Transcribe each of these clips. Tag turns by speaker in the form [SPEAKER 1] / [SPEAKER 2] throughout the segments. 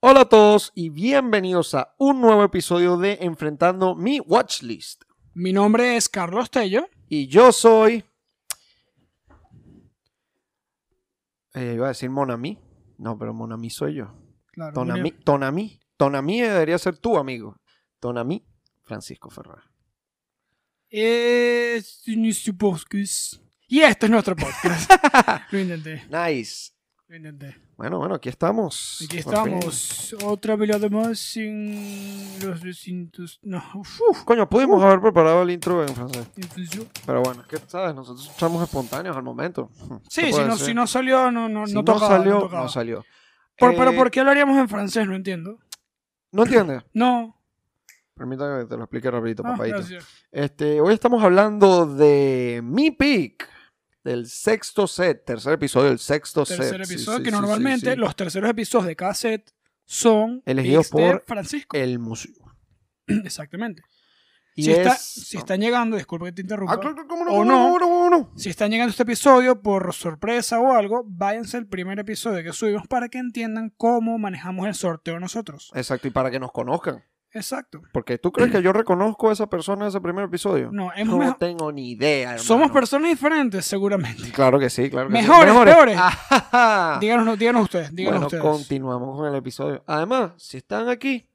[SPEAKER 1] Hola a todos y bienvenidos a un nuevo episodio de Enfrentando mi Watchlist.
[SPEAKER 2] Mi nombre es Carlos Tello.
[SPEAKER 1] Y yo soy. Eh, iba a decir Monami. No, pero Monami soy yo.
[SPEAKER 2] Claro,
[SPEAKER 1] Tonami,
[SPEAKER 2] murió.
[SPEAKER 1] Tonami. Tonami debería ser tu amigo. Tonami Francisco Ferrer.
[SPEAKER 2] Es un podcast. Eh, Y este es nuestro podcast. lo intenté,
[SPEAKER 1] Nice.
[SPEAKER 2] lo intenté.
[SPEAKER 1] Bueno, bueno, aquí estamos.
[SPEAKER 2] Aquí
[SPEAKER 1] Por fin.
[SPEAKER 2] estamos. Otra velada más sin los recintos. No, uf, uf.
[SPEAKER 1] Coño,
[SPEAKER 2] Uh.
[SPEAKER 1] pudimos haber preparado el intro en francés.
[SPEAKER 2] Entonces,
[SPEAKER 1] Pero bueno, es que, ¿sabes? Nosotros estamos espontáneos al momento. ¿Qué
[SPEAKER 2] Sí, si
[SPEAKER 1] puedo
[SPEAKER 2] no,
[SPEAKER 1] decir?
[SPEAKER 2] si no salió, no, no,
[SPEAKER 1] Si
[SPEAKER 2] no tocaba.
[SPEAKER 1] salió, no,
[SPEAKER 2] tocaba.
[SPEAKER 1] salió.
[SPEAKER 2] Por-
[SPEAKER 1] Eh,
[SPEAKER 2] Pero ¿por qué lo haríamos en francés? No entiendo.
[SPEAKER 1] ¿No entiendes?
[SPEAKER 2] No.
[SPEAKER 1] Permítame que te lo explique rapidito,
[SPEAKER 2] Ah,
[SPEAKER 1] papadito.
[SPEAKER 2] gracias.
[SPEAKER 1] Este, hoy estamos hablando de Mi Pick, del sexto set, tercer episodio del sexto set.
[SPEAKER 2] Tercer
[SPEAKER 1] Sí,
[SPEAKER 2] episodio,
[SPEAKER 1] sí,
[SPEAKER 2] que
[SPEAKER 1] sí, sí,
[SPEAKER 2] normalmente
[SPEAKER 1] sí.
[SPEAKER 2] los terceros episodios de cada set son
[SPEAKER 1] Elegidos
[SPEAKER 2] picks de
[SPEAKER 1] por-
[SPEAKER 2] Francisco.
[SPEAKER 1] El museo.
[SPEAKER 2] Exactamente.
[SPEAKER 1] Y
[SPEAKER 2] si,
[SPEAKER 1] es...
[SPEAKER 2] está- si están llegando, disculpa que te interrumpa.
[SPEAKER 1] Ah, claro, claro, cómo no,
[SPEAKER 2] o
[SPEAKER 1] cómo cómo
[SPEAKER 2] no.
[SPEAKER 1] cómo no.
[SPEAKER 2] Si están llegando a este episodio por sorpresa o algo, váyanse al primer episodio que subimos para que entiendan cómo manejamos el sorteo nosotros.
[SPEAKER 1] Exacto, y para que nos conozcan.
[SPEAKER 2] Exacto.
[SPEAKER 1] Porque tú crees que yo reconozco a esa persona en ese primer episodio.
[SPEAKER 2] No, hemos
[SPEAKER 1] No
[SPEAKER 2] mejo-
[SPEAKER 1] tengo ni idea. Hermano.
[SPEAKER 2] somos personas diferentes, seguramente.
[SPEAKER 1] Claro que sí, claro que
[SPEAKER 2] Mejores,
[SPEAKER 1] sí.
[SPEAKER 2] peores.
[SPEAKER 1] Ajá.
[SPEAKER 2] Díganos, díganos ustedes, díganos
[SPEAKER 1] Ah. bueno,
[SPEAKER 2] ustedes.
[SPEAKER 1] continuamos con el episodio. Además, si están aquí,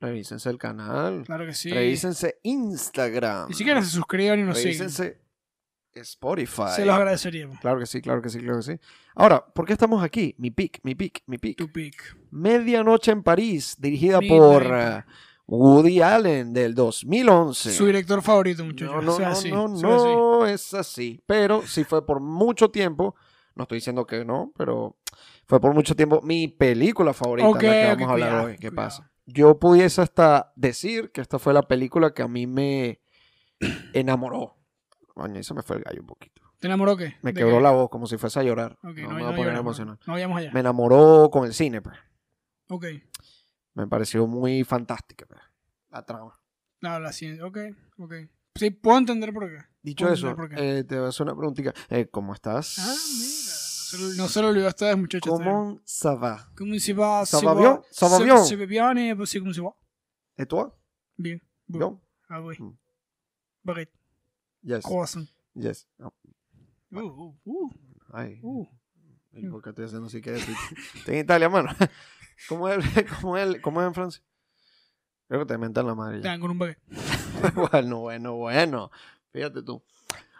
[SPEAKER 1] revísense el canal.
[SPEAKER 2] Claro que sí.
[SPEAKER 1] Revísense Instagram.
[SPEAKER 2] Y si quieren se suscriban y nos siguen.
[SPEAKER 1] Revísense Spotify.
[SPEAKER 2] Se los agradeceríamos.
[SPEAKER 1] Claro que sí, claro que sí, claro que sí. Ahora, ¿por qué estamos aquí? Mi pick, mi pick, mi pick.
[SPEAKER 2] Tu pick.
[SPEAKER 1] Medianoche en París, dirigida
[SPEAKER 2] Midnight.
[SPEAKER 1] por eh, Woody Allen del 2011.
[SPEAKER 2] Su director favorito, muchachos.
[SPEAKER 1] no, no,
[SPEAKER 2] O sea,
[SPEAKER 1] no,
[SPEAKER 2] sí,
[SPEAKER 1] no,
[SPEAKER 2] o sea, sí.
[SPEAKER 1] no es así. Pero sí fue por mucho tiempo. No estoy diciendo que no, pero fue por mucho tiempo mi película favorita
[SPEAKER 2] Ok,
[SPEAKER 1] la que
[SPEAKER 2] ok,
[SPEAKER 1] vamos a hablar
[SPEAKER 2] cuidado,
[SPEAKER 1] hoy. ¿Qué
[SPEAKER 2] cuidado.
[SPEAKER 1] pasa? Yo pudiese hasta decir que esta fue la película que a mí me enamoró. Coño, ahí se me fue el gallo un poquito.
[SPEAKER 2] ¿Te enamoró qué?
[SPEAKER 1] Me
[SPEAKER 2] ¿De
[SPEAKER 1] quebró
[SPEAKER 2] qué?
[SPEAKER 1] la voz como si fuese a llorar.
[SPEAKER 2] Ok,
[SPEAKER 1] no, me
[SPEAKER 2] no, no
[SPEAKER 1] voy a poner
[SPEAKER 2] lloremos,
[SPEAKER 1] emocional.
[SPEAKER 2] No vayamos allá.
[SPEAKER 1] Me enamoró con el cine, pues.
[SPEAKER 2] Ok.
[SPEAKER 1] Me pareció muy fantástica, pues, La trama.
[SPEAKER 2] No, la ciencia. Ok, ok. Sí, puedo entender por qué.
[SPEAKER 1] Dicho
[SPEAKER 2] Puedo
[SPEAKER 1] eso,
[SPEAKER 2] entender por qué.
[SPEAKER 1] eh, te voy a hacer una preguntita. Eh, ¿Cómo estás?
[SPEAKER 2] Ah, mira. Se lo- No se lo olvidó a ustedes, muchachos.
[SPEAKER 1] ¿Cómo ça va?
[SPEAKER 2] ¿Cómo se va?
[SPEAKER 1] Ça
[SPEAKER 2] se
[SPEAKER 1] va bien? Ça va
[SPEAKER 2] se-
[SPEAKER 1] bien?
[SPEAKER 2] Se ve bien, eh, pues sí, ¿cómo se va?
[SPEAKER 1] Et toi?
[SPEAKER 2] Bien. Bon.
[SPEAKER 1] Bien?
[SPEAKER 2] Ah, oui.
[SPEAKER 1] Mm. Pues
[SPEAKER 2] Baguette.
[SPEAKER 1] Yes.
[SPEAKER 2] Croissant.
[SPEAKER 1] Yes. No.
[SPEAKER 2] Uh, uh, uh,
[SPEAKER 1] Ay,
[SPEAKER 2] uh.
[SPEAKER 1] ¿y ¿por qué estoy haciendo así que estoy, estoy en Italia, mano? ¿Cómo es, cómo es, cómo es en Francia? Creo que te mentan la madre. ya.
[SPEAKER 2] Dan con un baguette.
[SPEAKER 1] bueno, bueno, bueno. Fíjate tú.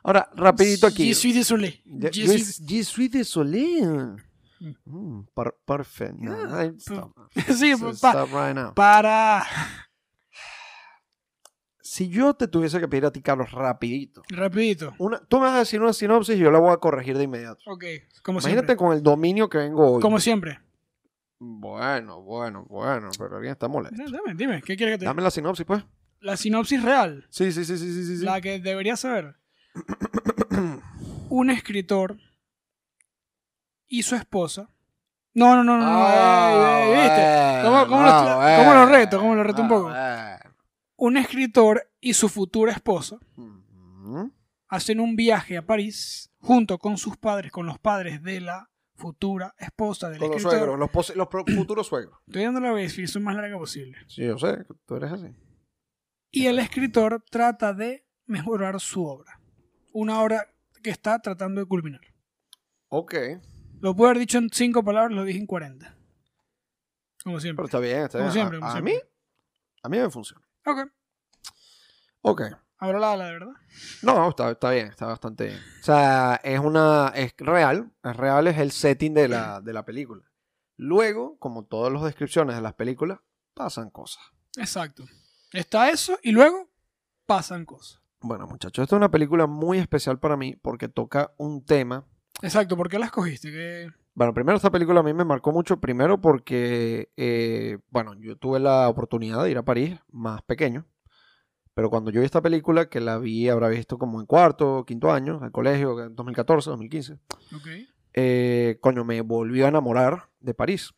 [SPEAKER 1] Ahora, rapidito aquí.
[SPEAKER 2] Je suis désolé.
[SPEAKER 1] Je,
[SPEAKER 2] Je
[SPEAKER 1] je-
[SPEAKER 2] suis-
[SPEAKER 1] je suis désolé.
[SPEAKER 2] Mm.
[SPEAKER 1] Mm, par- parfait. No,
[SPEAKER 2] Yeah.
[SPEAKER 1] I- stop.
[SPEAKER 2] Sí,
[SPEAKER 1] So
[SPEAKER 2] pa-
[SPEAKER 1] stop right now.
[SPEAKER 2] para.
[SPEAKER 1] Si yo te tuviese que pedir a ti, Carlos, rapidito.
[SPEAKER 2] Rapidito.
[SPEAKER 1] Una, tú me vas a decir una sinopsis y yo la voy a corregir de inmediato.
[SPEAKER 2] Ok, como
[SPEAKER 1] Imagínate
[SPEAKER 2] siempre.
[SPEAKER 1] con el dominio que vengo hoy.
[SPEAKER 2] Como siempre.
[SPEAKER 1] Bueno, bueno, bueno, pero alguien está molesto.
[SPEAKER 2] Dame, dime, ¿qué quieres que te diga?
[SPEAKER 1] Dame la sinopsis, pues.
[SPEAKER 2] La sinopsis real.
[SPEAKER 1] Sí, sí, sí, sí, sí, sí, sí.
[SPEAKER 2] La que debería saber. Un escritor y su esposa. No, no, no, no, no.
[SPEAKER 1] Ah,
[SPEAKER 2] ey, ey, ¿viste?
[SPEAKER 1] bueno,
[SPEAKER 2] ¿Cómo- cómo lo-
[SPEAKER 1] ah,
[SPEAKER 2] cómo lo
[SPEAKER 1] bueno,
[SPEAKER 2] reto? ¿Cómo lo reto un
[SPEAKER 1] ah,
[SPEAKER 2] poco?
[SPEAKER 1] bueno.
[SPEAKER 2] Un escritor y su futura esposa
[SPEAKER 1] Ujú.
[SPEAKER 2] hacen un viaje a París junto con sus padres, con los padres de la futura esposa del
[SPEAKER 1] Con los
[SPEAKER 2] escritor.
[SPEAKER 1] suegros, los, pose- los pro- futuros suegros.
[SPEAKER 2] Estoy dando la descripción más larga posible.
[SPEAKER 1] Sí, yo sé, tú eres así.
[SPEAKER 2] Y el escritor trata de mejorar su obra. Una obra que está tratando de culminar.
[SPEAKER 1] Ok,
[SPEAKER 2] Lo puedo haber dicho en cinco palabras, lo dije en 40. Como
[SPEAKER 1] pero
[SPEAKER 2] siempre.
[SPEAKER 1] está bien, está bien.
[SPEAKER 2] Como siempre,
[SPEAKER 1] a,
[SPEAKER 2] como
[SPEAKER 1] a
[SPEAKER 2] siempre.
[SPEAKER 1] mí, a mí me funciona.
[SPEAKER 2] Ok,
[SPEAKER 1] Ok,
[SPEAKER 2] ahora la, la de verdad.
[SPEAKER 1] no, está, está bien, está bastante bien. O sea, es una, es real, es real, es el setting de la, de la película. Luego, como todas las descripciones de las películas, pasan cosas.
[SPEAKER 2] Exacto. Está eso y luego pasan cosas.
[SPEAKER 1] Bueno, muchachos, esta es una película muy especial para mí porque toca un tema.
[SPEAKER 2] Exacto, ¿por qué las cogiste? ¿Qué-
[SPEAKER 1] Bueno, primero esta película a mí me marcó mucho, primero porque, eh, bueno, yo tuve la oportunidad de ir a París más pequeño, pero cuando yo vi esta película, que la vi, habrá visto como en cuarto, quinto año, al colegio, en 2014, 2015,
[SPEAKER 2] Ok.
[SPEAKER 1] eh, coño, me volvió a enamorar de París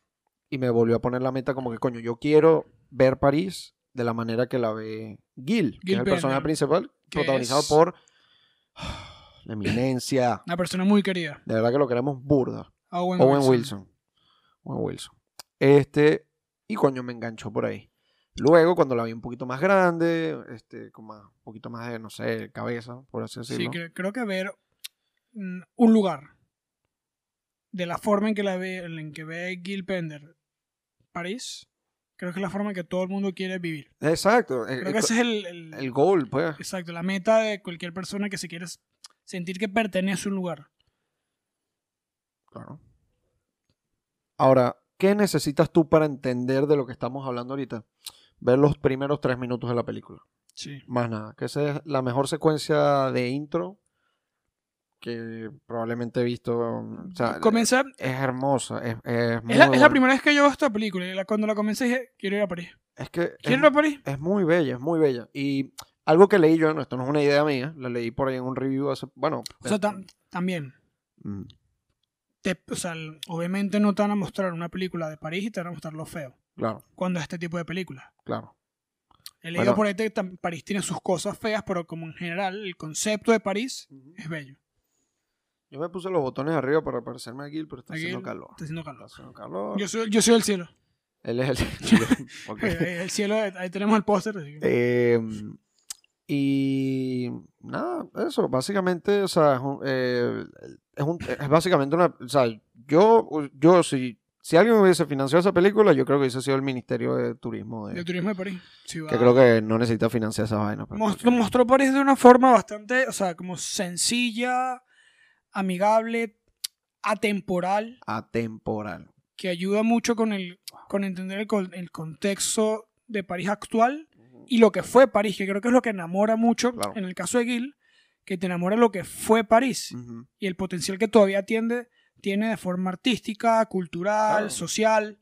[SPEAKER 1] y me volvió a poner la meta como que, coño, yo quiero ver París de la manera que la ve Gil, que
[SPEAKER 2] Gil
[SPEAKER 1] es el personaje
[SPEAKER 2] Bernard,
[SPEAKER 1] principal,
[SPEAKER 2] que
[SPEAKER 1] protagonizado
[SPEAKER 2] es-
[SPEAKER 1] por la eminencia.
[SPEAKER 2] Una persona muy querida.
[SPEAKER 1] De verdad que lo queremos burda.
[SPEAKER 2] Owen,
[SPEAKER 1] Owen
[SPEAKER 2] Wilson.
[SPEAKER 1] Wilson. Owen Wilson. Este, y coño, me enganchó por ahí. Luego, cuando la vi un poquito más grande, este, con más, un poquito más de, no sé, cabeza, por así
[SPEAKER 2] Sí,
[SPEAKER 1] decirlo.
[SPEAKER 2] cre- creo que ver mm, un lugar de la forma en que, la ve, en que ve Gil Pender París, creo que es la forma en que todo el mundo quiere vivir.
[SPEAKER 1] Exacto. El,
[SPEAKER 2] Creo que
[SPEAKER 1] el-
[SPEAKER 2] ese es el, el-
[SPEAKER 1] Eh, el goal, pues.
[SPEAKER 2] exacto, la meta de cualquier persona que se quiere s- sentir que pertenece a un lugar.
[SPEAKER 1] Claro. Ahora, ¿qué necesitas tú para entender de lo que estamos hablando ahorita? Ver los primeros tres minutos de la película.
[SPEAKER 2] Sí.
[SPEAKER 1] Más nada, que esa es la mejor secuencia de intro que probablemente he visto. O sea,
[SPEAKER 2] Comienza,
[SPEAKER 1] es hermosa. Es, es muy
[SPEAKER 2] es, la, es la
[SPEAKER 1] buena.
[SPEAKER 2] primera vez que yo veo esta película y la- cuando la comencé dije, quiero ir a París.
[SPEAKER 1] Es que es-
[SPEAKER 2] Quiero ir a París.
[SPEAKER 1] Es muy bella, es muy bella. Y algo que leí yo, no, esto no es una idea mía, la leí por ahí en un review hace, bueno.
[SPEAKER 2] O sea,
[SPEAKER 1] eh,
[SPEAKER 2] tam- también.
[SPEAKER 1] mm,
[SPEAKER 2] te- o sea, el- obviamente no te van a mostrar una película de París y te van a mostrar lo feo.
[SPEAKER 1] Claro,
[SPEAKER 2] Cuando es este tipo de películas.
[SPEAKER 1] claro.
[SPEAKER 2] He leído
[SPEAKER 1] Bueno.
[SPEAKER 2] por ahí que tam- París tiene sus cosas feas, pero como en general el concepto de París es bello.
[SPEAKER 1] Yo me puse los botones arriba para parecerme a Gil, pero está
[SPEAKER 2] Aquí
[SPEAKER 1] haciendo calor.
[SPEAKER 2] Está haciendo
[SPEAKER 1] Está
[SPEAKER 2] calor.
[SPEAKER 1] haciendo calor.
[SPEAKER 2] Yo soy, yo soy el cielo.
[SPEAKER 1] Él es el. Ok.
[SPEAKER 2] Eh, eh, El cielo, eh, ahí tenemos el póster. así que-
[SPEAKER 1] Eh, y nada, eso, básicamente, o sea, es, un- eh, es un- es básicamente una, o sea, yo, yo si, si alguien hubiese financiado esa película, yo creo que hubiese sido el Ministerio de Turismo, de,
[SPEAKER 2] El turismo de París. Ciudad.
[SPEAKER 1] que creo que no necesita financiar esas vainas. pero-
[SPEAKER 2] Mostró, mostró París de una forma bastante, o sea, como sencilla, amigable, atemporal,
[SPEAKER 1] atemporal.
[SPEAKER 2] que ayuda mucho con, el, con entender el, con- el contexto de París actual y lo que fue París, que creo que es lo que enamora mucho
[SPEAKER 1] Claro.
[SPEAKER 2] en el caso de Gil, que te enamora lo que fue París
[SPEAKER 1] Ujú.
[SPEAKER 2] y el potencial que todavía tiende, tiene de forma artística, cultural,
[SPEAKER 1] Claro.
[SPEAKER 2] social.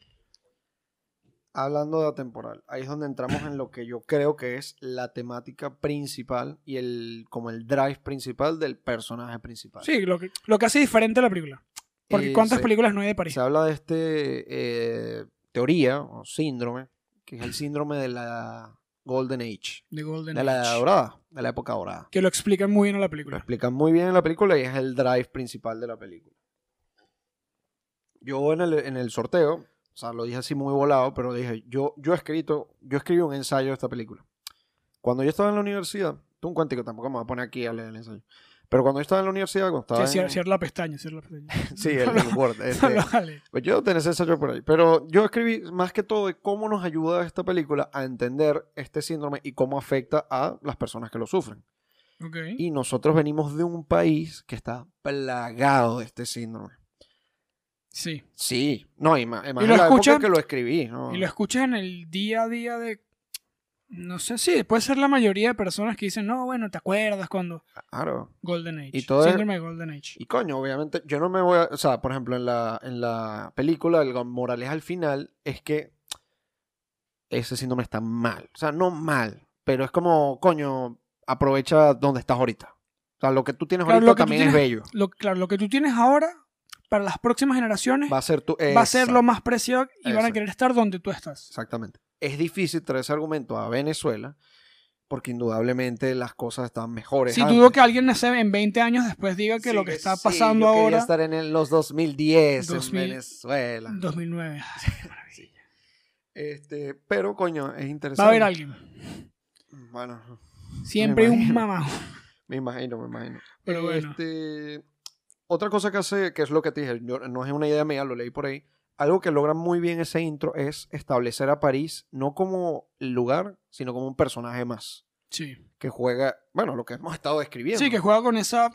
[SPEAKER 1] Hablando de atemporal, ahí es donde entramos en lo que yo creo que es la temática principal y el como el drive principal del personaje principal.
[SPEAKER 2] Sí, lo que, lo que hace diferente a la película. Porque
[SPEAKER 1] Eh,
[SPEAKER 2] ¿cuántas
[SPEAKER 1] se-
[SPEAKER 2] películas no hay de París?
[SPEAKER 1] Se habla de este eh, teoría o síndrome, que es el síndrome de la Golden Age,
[SPEAKER 2] De Golden
[SPEAKER 1] de la edad
[SPEAKER 2] Age.
[SPEAKER 1] dorada, de la época dorada.
[SPEAKER 2] Que lo explican muy bien en la
[SPEAKER 1] Lo
[SPEAKER 2] película.
[SPEAKER 1] explican muy bien en la película y es el drive principal de la película. Yo en el, en el sorteo, o sea, lo dije así muy volado, pero dije, yo, yo he escrito, yo escribí un ensayo de esta película. Cuando yo estaba en la universidad, tú un cuántico tampoco me voy a poner aquí a leer el ensayo. Pero cuando yo estaba en la universidad, cuando
[SPEAKER 2] Sí,
[SPEAKER 1] estaba
[SPEAKER 2] cier-
[SPEAKER 1] en-
[SPEAKER 2] cierra la pestaña, cierra la pestaña.
[SPEAKER 1] sí, el,
[SPEAKER 2] no
[SPEAKER 1] el Word,
[SPEAKER 2] No
[SPEAKER 1] este,
[SPEAKER 2] lo jale.
[SPEAKER 1] pues yo tenés ensayo por ahí. Pero yo escribí más que todo de cómo nos ayuda esta película a entender este síndrome y cómo afecta a las personas que lo sufren.
[SPEAKER 2] Ok.
[SPEAKER 1] Y nosotros venimos de un país que está plagado de este síndrome.
[SPEAKER 2] Sí.
[SPEAKER 1] Sí. No, y más,
[SPEAKER 2] lo
[SPEAKER 1] la
[SPEAKER 2] escuchan?
[SPEAKER 1] época que lo escribí. ¿no?
[SPEAKER 2] Y lo escuchas en el día a día de... No sé si puede ser la mayoría de personas que dicen, no, bueno, ¿te acuerdas cuando...?
[SPEAKER 1] Claro.
[SPEAKER 2] Golden Age.
[SPEAKER 1] Y todo es-
[SPEAKER 2] Síndrome de Golden Age.
[SPEAKER 1] Y coño, obviamente, yo no me voy a. O sea, por ejemplo, en la, en la película, el moraleja al final es que ese síndrome está mal. O sea, no mal, pero es como, coño, aprovecha donde estás ahorita. O sea, lo que tú tienes
[SPEAKER 2] Claro,
[SPEAKER 1] ahorita
[SPEAKER 2] lo que tú
[SPEAKER 1] también es bello.
[SPEAKER 2] Lo, claro, lo que tú tienes ahora, para las próximas generaciones,
[SPEAKER 1] Va
[SPEAKER 2] va,
[SPEAKER 1] a ser tu.
[SPEAKER 2] a ser lo más preciado y van a
[SPEAKER 1] Exacto.
[SPEAKER 2] querer estar donde tú estás.
[SPEAKER 1] Exactamente. Es difícil traer ese argumento a Venezuela porque indudablemente las cosas están mejores.
[SPEAKER 2] Si
[SPEAKER 1] antes.
[SPEAKER 2] dudo que alguien nace en 20 años después diga que
[SPEAKER 1] Sí,
[SPEAKER 2] lo que está
[SPEAKER 1] sí,
[SPEAKER 2] pasando
[SPEAKER 1] yo quería
[SPEAKER 2] ahora...
[SPEAKER 1] estar en el- los 2010
[SPEAKER 2] 2000.
[SPEAKER 1] en Venezuela.
[SPEAKER 2] 2009. Ay, qué maravilla.
[SPEAKER 1] Este, pero coño, es interesante.
[SPEAKER 2] Va a haber alguien.
[SPEAKER 1] Bueno,
[SPEAKER 2] Siempre hay
[SPEAKER 1] Me
[SPEAKER 2] un
[SPEAKER 1] imagino.
[SPEAKER 2] mamá.
[SPEAKER 1] me imagino, me imagino.
[SPEAKER 2] Pero bueno.
[SPEAKER 1] Este, otra cosa que hace, que es lo que te dije, yo- no es una idea mía, lo leí por ahí. Algo que logra muy bien ese intro es establecer a París no como el lugar, sino como un personaje más.
[SPEAKER 2] Sí.
[SPEAKER 1] Que juega, bueno, lo que hemos estado describiendo.
[SPEAKER 2] Sí, que juega con esa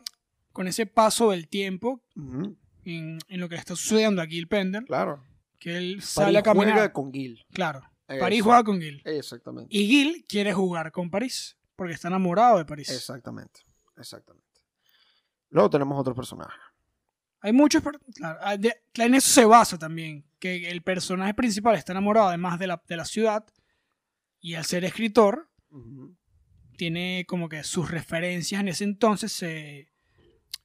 [SPEAKER 2] con ese paso del tiempo
[SPEAKER 1] Ujú,
[SPEAKER 2] en, en lo que le está sucediendo aquí el Pender,
[SPEAKER 1] claro.
[SPEAKER 2] que él
[SPEAKER 1] París
[SPEAKER 2] sale a caminar.
[SPEAKER 1] juega con Gil.
[SPEAKER 2] Claro.
[SPEAKER 1] Eso.
[SPEAKER 2] París juega con Gil.
[SPEAKER 1] Exactamente.
[SPEAKER 2] Y Gil quiere jugar con París, porque está enamorado de París.
[SPEAKER 1] Exactamente. Exactamente. Luego tenemos otro personaje.
[SPEAKER 2] Hay muchos, per- claro, ah, de- claro, en eso se basa también, que el personaje principal está enamorado además de la, de la ciudad y al ser escritor
[SPEAKER 1] Ujú.
[SPEAKER 2] tiene como que sus referencias en ese entonces se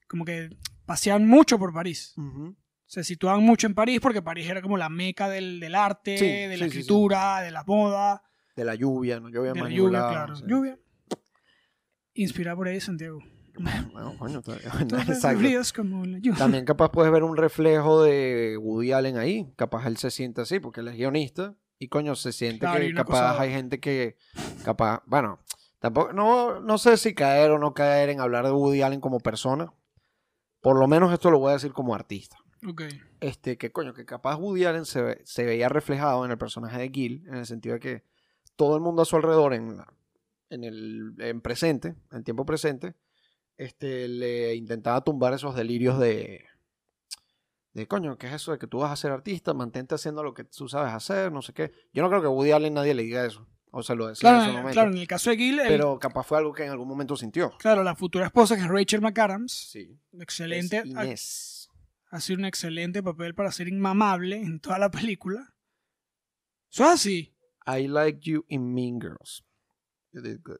[SPEAKER 2] como que pasean mucho por París.
[SPEAKER 1] Ujú.
[SPEAKER 2] Se situaban mucho en París porque París era como la meca del, del arte,
[SPEAKER 1] Sí,
[SPEAKER 2] de la
[SPEAKER 1] sí, sí, sí.
[SPEAKER 2] escritura, de la moda,
[SPEAKER 1] De la lluvia, ¿no? Lluvia
[SPEAKER 2] de la
[SPEAKER 1] más
[SPEAKER 2] lluvia,
[SPEAKER 1] nublada,
[SPEAKER 2] claro.
[SPEAKER 1] sí.
[SPEAKER 2] Lluvia. Inspirada por ahí Santiago.
[SPEAKER 1] Bueno, coño, está-
[SPEAKER 2] Todos los
[SPEAKER 1] exacto.
[SPEAKER 2] ríos como la lluvia.
[SPEAKER 1] También capaz puedes ver un reflejo de Woody Allen ahí. Capaz él se siente así porque él es guionista. Y coño, se siente
[SPEAKER 2] Claro, y
[SPEAKER 1] que
[SPEAKER 2] una
[SPEAKER 1] capaz
[SPEAKER 2] cosa-
[SPEAKER 1] hay gente que... Capaz, bueno, tampoco... No, no sé si caer o no caer en hablar de Woody Allen como persona. Por lo menos esto lo voy a decir como artista.
[SPEAKER 2] Ok.
[SPEAKER 1] Este, que coño, que capaz Woody Allen se, ve- se veía reflejado en el personaje de Gil. En el sentido de que todo el mundo a su alrededor en, la- en el en presente, en tiempo presente, este, le intentaba tumbar esos delirios de, de coño, ¿qué es eso de que tú vas a ser artista? Mantente haciendo lo que tú sabes hacer, no sé qué. Yo no creo que a Woody Allen nadie le diga eso, o se lo decía en ese
[SPEAKER 2] Claro, eh,
[SPEAKER 1] momento.
[SPEAKER 2] claro, en el caso de Gil, el-
[SPEAKER 1] pero capaz fue algo que en algún momento sintió.
[SPEAKER 2] claro, la futura esposa que es Rachel McAdams,
[SPEAKER 1] Sí.
[SPEAKER 2] excelente,
[SPEAKER 1] Es
[SPEAKER 2] ha-
[SPEAKER 1] Inés.
[SPEAKER 2] hace un excelente papel para ser inmamable en toda la película. Eso es así.
[SPEAKER 1] I like you in Mean Girls. You did good.